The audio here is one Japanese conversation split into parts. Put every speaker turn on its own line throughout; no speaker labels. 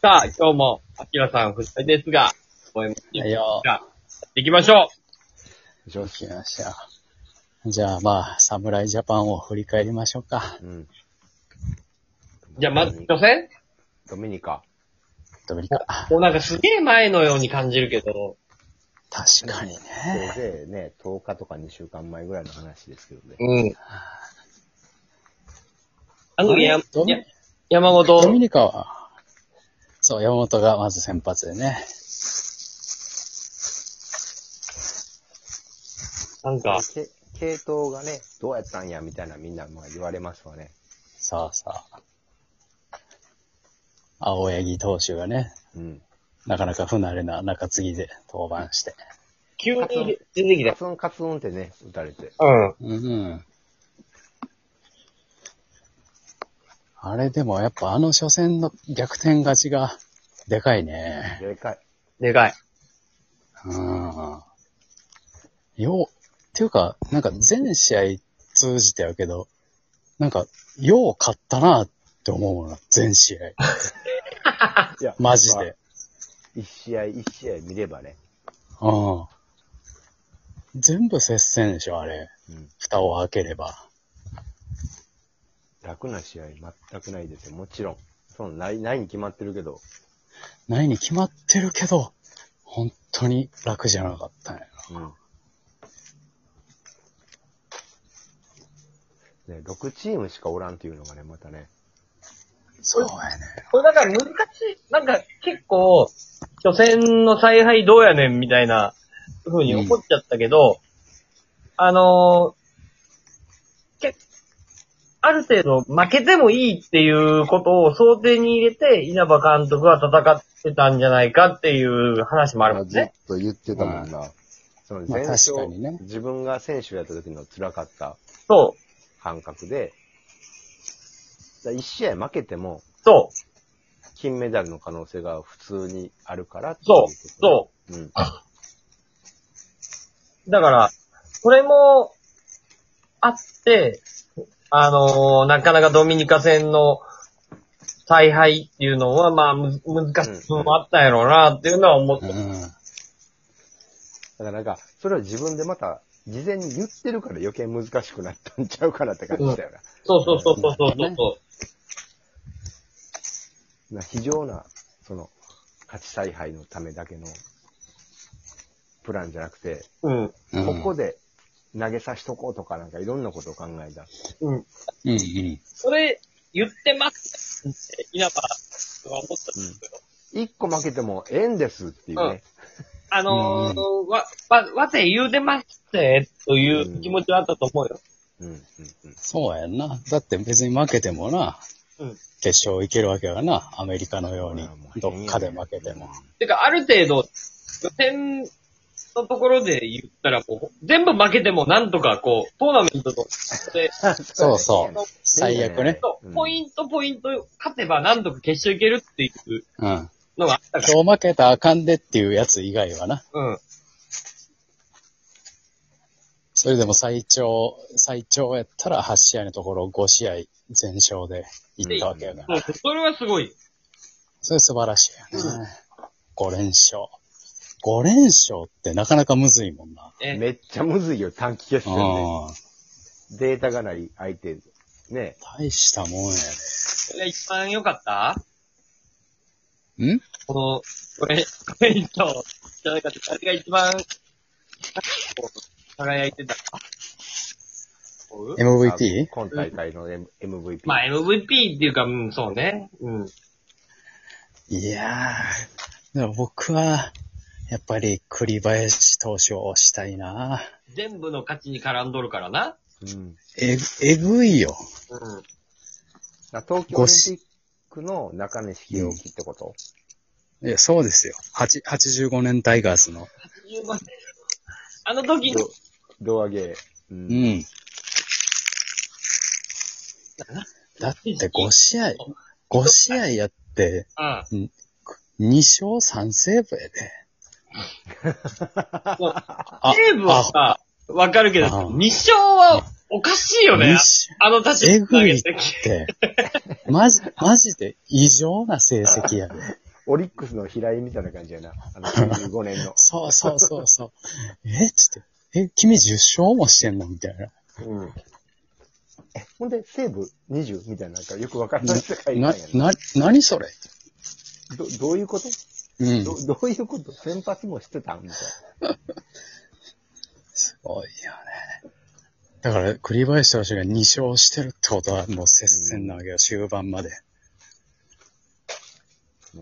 さあ、今日も、アキラさん不在ですが、応援して
はいよ。
いきましょ
上機なしゃ。じゃあまあ、侍ジャパンを振り返りましょうか。
うん。
う。じゃあ、まず、初戦
ドミニカ。
ドミニカ。
もうなんかすげえ前のように感じるけど、
確かに
せ
ね。
いぜいね、10日とか2週間前ぐらいの話ですけどね。
うん。あの時、や
ドミ
や山本、
ドミニカは、そう、山本がまず先発でね。
なんか、
け系統がね、どうやったんやみたいなみんなまあ言われますわね。
さあさあ。青柳投手がね、
うん。
なかなか不慣れな中継ぎで登板して。
急に出てき
カ
た。
ツンカツンってね、打たれて。
うん。
うん。あれでもやっぱあの初戦の逆転勝ちがでかいね。
でかい。
でかい。
うん。よう、っていうか、なんか全試合通じてやけど、なんか、よう勝ったなって思うな、全試合。
いや
マジ
まあ
で。
一試合一試合見ればね。
うん。全部接戦でしょ、あれ。
うん。
蓋を開ければ。
楽な試合全くないですよ。もちろん。そう、ない、ないに決まってるけど。
ないに決まってるけど、本当に楽じゃなかったね。
うん。ね、6チームしかおらんっていうのがね、またね。
そうやね。
これだから難しい。なんか結構、初戦の采配どうやねんみたいな風に思っちゃったけど、あのー、け、ある程度負けてもいいっていうことを想定に入れて、稲葉監督は戦ってたんじゃないかっていう話もあるもん
ずっ
ね。
と言ってたもんな。その
まあ
前勝、
確かにね
自分が選手やった時の辛かった
そう、
感覚で、だ1試合負けても
そう、
金メダルの可能性が普通にあるからっていう
そう、
こと
そう。
う。うん。
だから、それも、あって、あのーなかなかドミニカ戦の采配っていうのは、まあ、むず難しい部分もあったんやろうな、っていうのは思っ
う
て。
ん。
だからなんか、それを自分でまた事前に言ってるから余計難しくなったんちゃうかなって感じだよな。
そうそうそうそうそうそう。
な非常な、その、勝ち采配のためだけのプランじゃなくて、
うん。
うん
ここで投げさしとこうとかなんかいろんなことを考えた。
うん。
うんうん。
それ、言ってますって、稲葉は思ったんですけど。
一個負けてもええんですっていうね。
あのー、わ、わ、わて言うてますって、という気持ちはあったと思うよ。
うん、うん、うん。
そうやんな。だって別に負けてもな、
うん
決勝行けるわけやな。アメリカのように、どっかで負けても。
てか、ある程度、予選のところで言ったら、こう、全部負けてもなんとか、こう、トーナメントとして、
そうそう最悪ね。
そう
うん
ポイントポイント勝てばなんとか決勝いけるっていう
うん。
のがあったから。
今日負けたらあかんでっていうやつ以外はな。
うん。
それでも最長、最長やったら8試合のところ5試合全勝で行ったわけやから。
そうそれはすごい。
それ素晴らしいよね。5連勝。5連勝ってなかなかむずいもんな。
え、
めっちゃむずいよ、短期決
う
戦で。
ん。
データがない相手。ね
大したもんや
それが一番良かった
で。ん
この、これ、これ以上じゃなかった。あれが一番、こう輝いてた。思う
?MVP?
今大会の M- MVP。
まあ MVP っていうか、うん、そうね。うん。
いやー、でも僕は、やっぱり栗林投手をしたいな
全部の勝ちに絡んどるからな。
うん。
え、えぐいよ。
うん。
だから東京オリンピックの中西清樹ってこと
いや、そうですよ。8 85年タイガースの。
15年あの時の
ど、胴上げ。う。
うんん。だって5試合、5試合やって、
うん。
2勝3セーブやで。あ
セーブはさ、わかるけど
あ、
二勝はおかしいよね
二。勝
あの立ち
えぐ
上
い
げ。
ってて。マジ、マジで異常な成績やで。。
オリックスの平井みたいな感じやな。あの、95年の
そうそうそうそう。えつって、え、君10勝もしてんのみたいな。
うん。え、ほんで、西武20みたいな、なんかよくわからない世界
な
観や、な
な、何それ
どどういうこと
うん。
どどういうこと先発もしてたんみたい
すごいよね。だから、栗林投手が2勝してるってことは、もう接戦なわけよ、終盤まで。
な。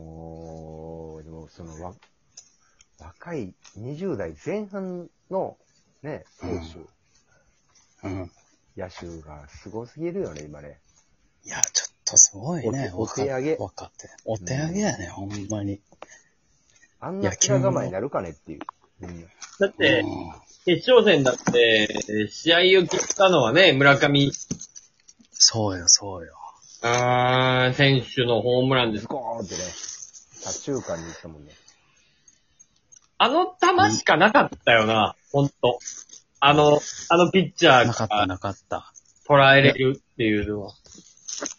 もう、でもそのわ、若い20代前半のね、投
う
手、
ん。
野手がすごすぎるよね、今ね。
いや、ちょっとすごいね。
お手お手上げ
若手。お手上げやね、ほんまに。
あんな面構えになるかねっていう。うん
だって
うん、
決勝戦だって、試合を切ったのはね、村上、
そうよ、そうよ。
あー選手のホームランです
ズ。コーンってね、左中間に行ったもんね。
あの球しかなかったよな、ほんと。あの、あのピッチャー
なかった、
が
なかった。
捉えれるっていうのは。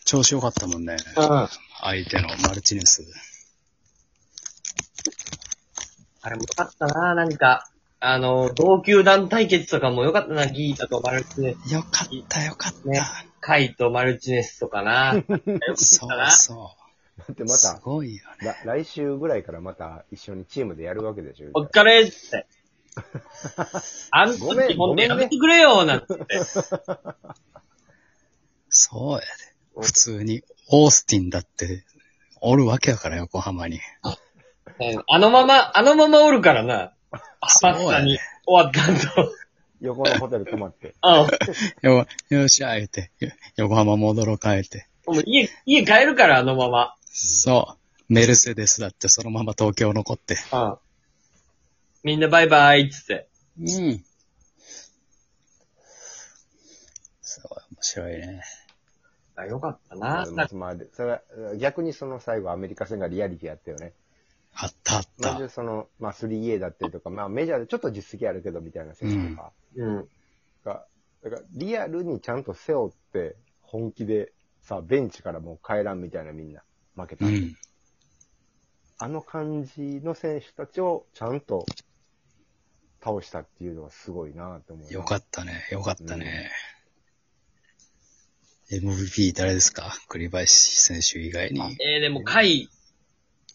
調子良かったもんね。
うん。
相手のマルチネス。
あれもよかったな、なんか。あの、同級団対決とかもよかったな、ギータとマルチネス、
よかった、よかった。
ねカイとマルチネスとかな。 よかった
そう
な。
そ
だって
う。
ますた、
ごいよね。
ら来週ぐらいからまた一緒にチームでやるわけでしょ。
お疲れっつって。あの
ごめ
時
ん
ほんとやめてくれよ、なんつって。
そうやで。普通に、オースティンだって、おるわけやから、横浜に。
うんあのまま、あのままおるからな。
そう
パ
やね
スタに終わったんと。
横のホテル泊まって。
あ
よ、よっしゃ、言うて、よ横浜戻ろう帰って。
もう家、家帰るから、あのまま。
そう。メルセデスだってそのまま東京残って。
うん。みんなバイバイ、つって。
うん。すごい面白いね。
あ、よかったな。なんか
まあ、それは逆にその最後アメリカ戦がリアリティやったよね。
あったあっ
ま
た
ず。その、まあ 3A だったりとか、まあメジャーでちょっと実績あるけどみたいな選手とか
うん。
が、だからリアルにちゃんと背負って本気でさ、ベンチからもう帰らんみたいなみんな負けた。
うん。
あの感じの選手たちをちゃんと倒したっていうのはすごいなと思う。
よかったね。よかったね。MVP 誰ですか栗林選手以外に。
えー、でも、会、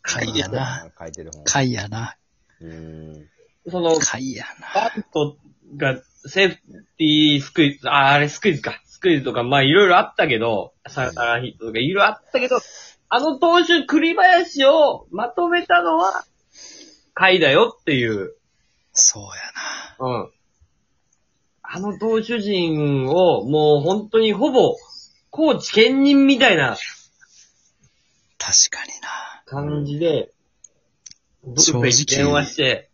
甲斐やな。。
書いてる本。
甲斐やな。
うん。
その、
甲斐やな。
バントが、セーフティースクイズ、あ、あれスクイズか。スクイズとか、まあ、いろいろあったけど、サヨナラヒットとか、いろいろあったけど、あの投手、栗林をまとめたのは、甲斐だよっていう。
そうやな。
うん。あの投手陣を、もう本当にほぼ、コーチ兼任みたいな
確かにな。
感じで、ブ
正
ル
直
ペンに電話して、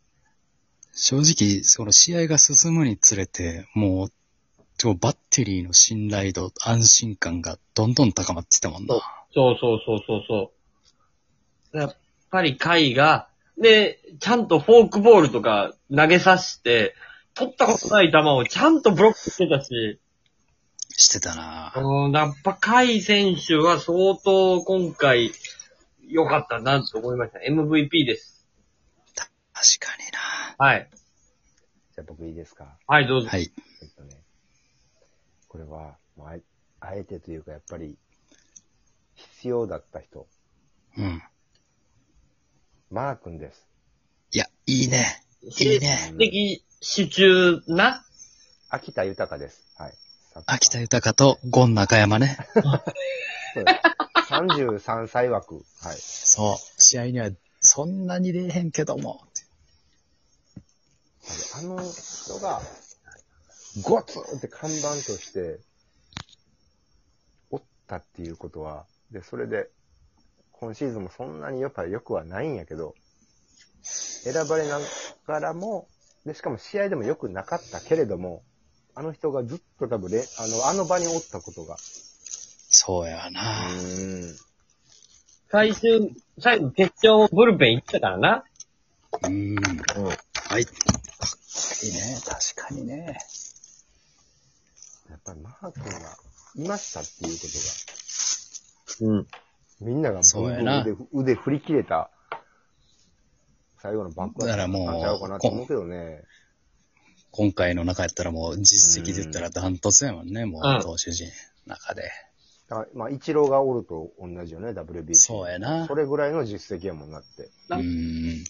正直、その試合が進むにつれて、もう、ちょバッテリーの信頼度、安心感がどんどん高まってたもんな。
そうそうそうそうそう。やっぱり回が、で、ちゃんとフォークボールとか投げさして、取ったことない球をちゃんとブロックしてたし、
してたな
う。ん、やっぱ回選手は相当今回良かったなと思いました。MVP です。
確かにな。
はい。
じゃあ僕いいですか
はい、どうぞ。
はい。
えっとね。これは、もうあえあえてというかやっぱり、必要だった人。
うん。
マー君です。
いや、いいね。いいね。
的支柱な。
秋田豊です。はい。
秋田豊とゴン中山ね。
そうです。33歳枠。はい。
そう。試合にはそんなに出えへんけども。
あの人が、ゴツンって看板として、おったっていうことは、で、それで、今シーズンもそんなにやっぱ良くはないんやけど、選ばれながらも、で、しかも試合でも良くなかったけれども、あの人がずっと多分れ、あの、あの場におったことが。
そうやな。
最終、最後決勝ブルペン行ったからな。
うん。
う
はい。
ん。
かっこいいね。確かにね。
やっぱりマー君がいましたってい
う
うことが、
ん。
みんなが
そうやな
腕腕振り切れた最後のバックアップ
だからもう
なんちゃうかなと思うけどね。
今回の中やったらもう実績で言ったらダントツやもんね、も
うん
う投手陣の中で。
だからまあ、イチローがおると同じよね、WBC。
そうやな
そ。れぐらいの実績やもんなって。
な
うん。
うん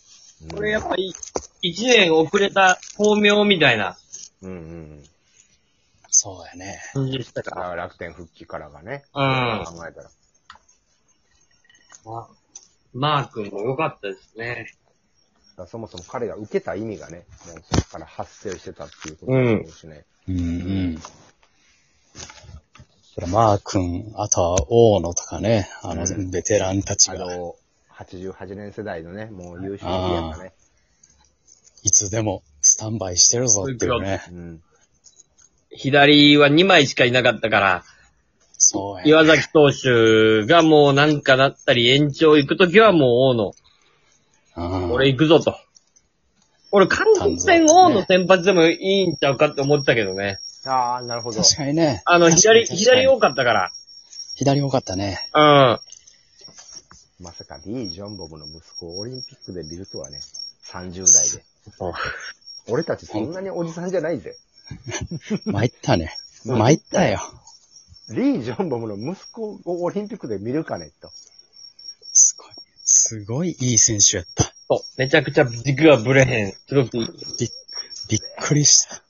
これやっぱり、一年遅れた巧妙みたいな
うんうん。
そうやね。
感じでした
だか
から
楽天復帰からがね。
うん
考えたら。
ら。マー君も良かったですね。
だからそもそも彼が受けた意味がね、もうそこから発生してたっていうことだと思うしね。
うんうん。マー君、あとは大野とかね、あの
うん、
ベテランたち
あ
が、
の、88年世代のね、もう優秀なやったね。
いつでもスタンバイしてるぞっていうね。
うん。
左は2枚しかいなかったから、
そうや
岩
ね。
崎投手がもうなんかなったり延長行くときはもう大野、
うん
俺行くぞと。俺、韓国戦大野先発でもいいんちゃうかって思ってたけどね。
ああ、なるほど。
確かにね、
あの、左、
確かに確かに
左多かったか
左多かったね。
ら。うん。
まさか D ・ジョンボブの息子をオリンピックで見るとはね、30代で。俺たちそんなにおじさんじゃないぜ。
参ったね。参ったよ。
リー・ジョンボムの息子をオリンピックで見るかねと。
すごい。すごいいい選手やった。
そう。めちゃくちゃ軸がぶれへん。すごくいい。
びっびっくりした。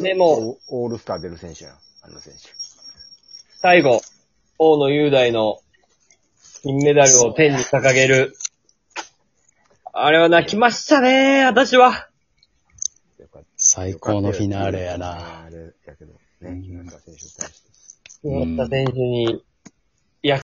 でも、
オオールスター出る選手やん、あの選手。
最後、大野雄大の金メダルを天に掲げる。あれは泣きましたね、私は。
よかった
最高のフィナーレやな。
フィナーレやけど、
う
ね、
ん
木下選手に対して。
木下選手に